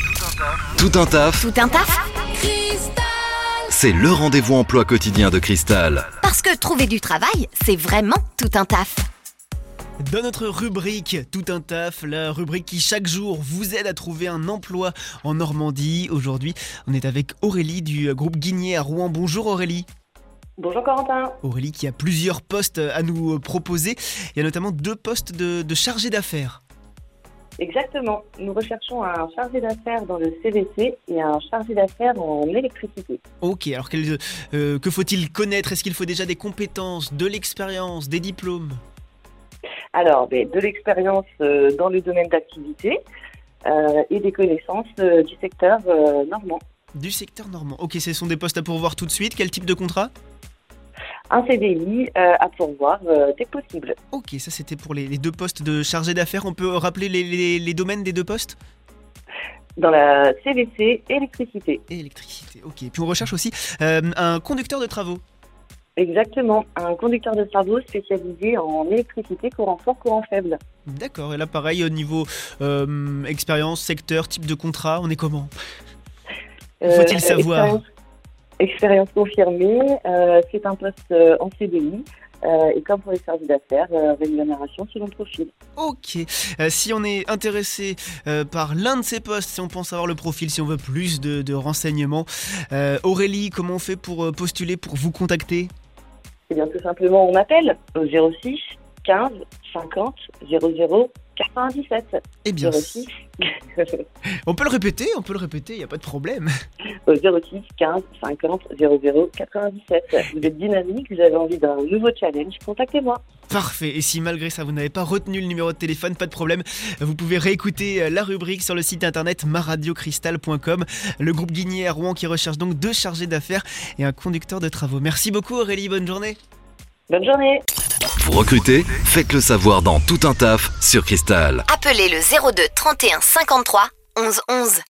Tout un taf, Tout un taf c'est le rendez-vous emploi quotidien de Cristal. Parce que trouver du travail, c'est vraiment tout un taf. Dans notre rubrique Tout un taf, la rubrique qui chaque jour vous aide à trouver un emploi en Normandie. Aujourd'hui, on est avec Aurélie du groupe Guigné à Rouen. Bonjour Aurélie. Bonjour Corentin. Aurélie qui a plusieurs postes à nous proposer. Il y a notamment deux postes de, de chargé d'affaires. Exactement. Nous recherchons un chargé d'affaires dans le CVC et un chargé d'affaires en électricité. Ok, alors quel- euh, que faut-il connaître Est-ce qu'il faut déjà des compétences, de l'expérience, des diplômes Alors, ben, de l'expérience euh, dans le domaine d'activité euh, et des connaissances euh, du secteur euh, normand. du secteur normand Ok, ce sont des postes à pourvoir tout de suite. Quel type de contrat Un CDI euh, à pourvoir euh, dès que possible. Ok, ça c'était pour les, les deux postes de chargé d'affaires. On peut rappeler les, les- les domaines des deux postes Dans la CVC, électricité. Et électricité, ok. Puis on recherche aussi euh, un conducteur de travaux. Exactement. Un conducteur de travaux spécialisé en électricité, courant fort, courant faible. D'accord, et là pareil, au niveau euh, expérience, secteur, type de contrat, on est comment Faut-il savoir Euh, expérience, expérience confirmée, euh, c'est un poste euh, en CDI. euh, et comme pour les services d'affaires, euh, rémunération selon le profil. Ok, Euh, si on est intéressé euh, par l'un de ces postes, si on pense avoir le profil, si on veut plus de, de renseignements, euh, Aurélie, comment on fait pour euh, postuler, pour vous contacter Eh bien, tout simplement, on appelle au 06 15 50 00 97. Eh bien, 06, on peut le répéter, on peut le répéter, il n'y a pas de problème. au 06 15 50 00 97. Vous êtes dynamique, vous avez envie d'un nouveau challenge, contactez-moi. Parfait. Et si malgré ça vous n'avez pas retenu le numéro de téléphone, pas de problème. Vous pouvez réécouter euh, la rubrique sur le site internet maradiocristal.com. Le groupe Guigné à Rouen qui recherche donc deux chargés d'affaires et un conducteur de travaux. Merci beaucoup Aurélie, bonne journée. Bonne journée Vous recrutez Faites le savoir dans Tout un taf sur Cristal. Appelez le 02 31 53 11 11.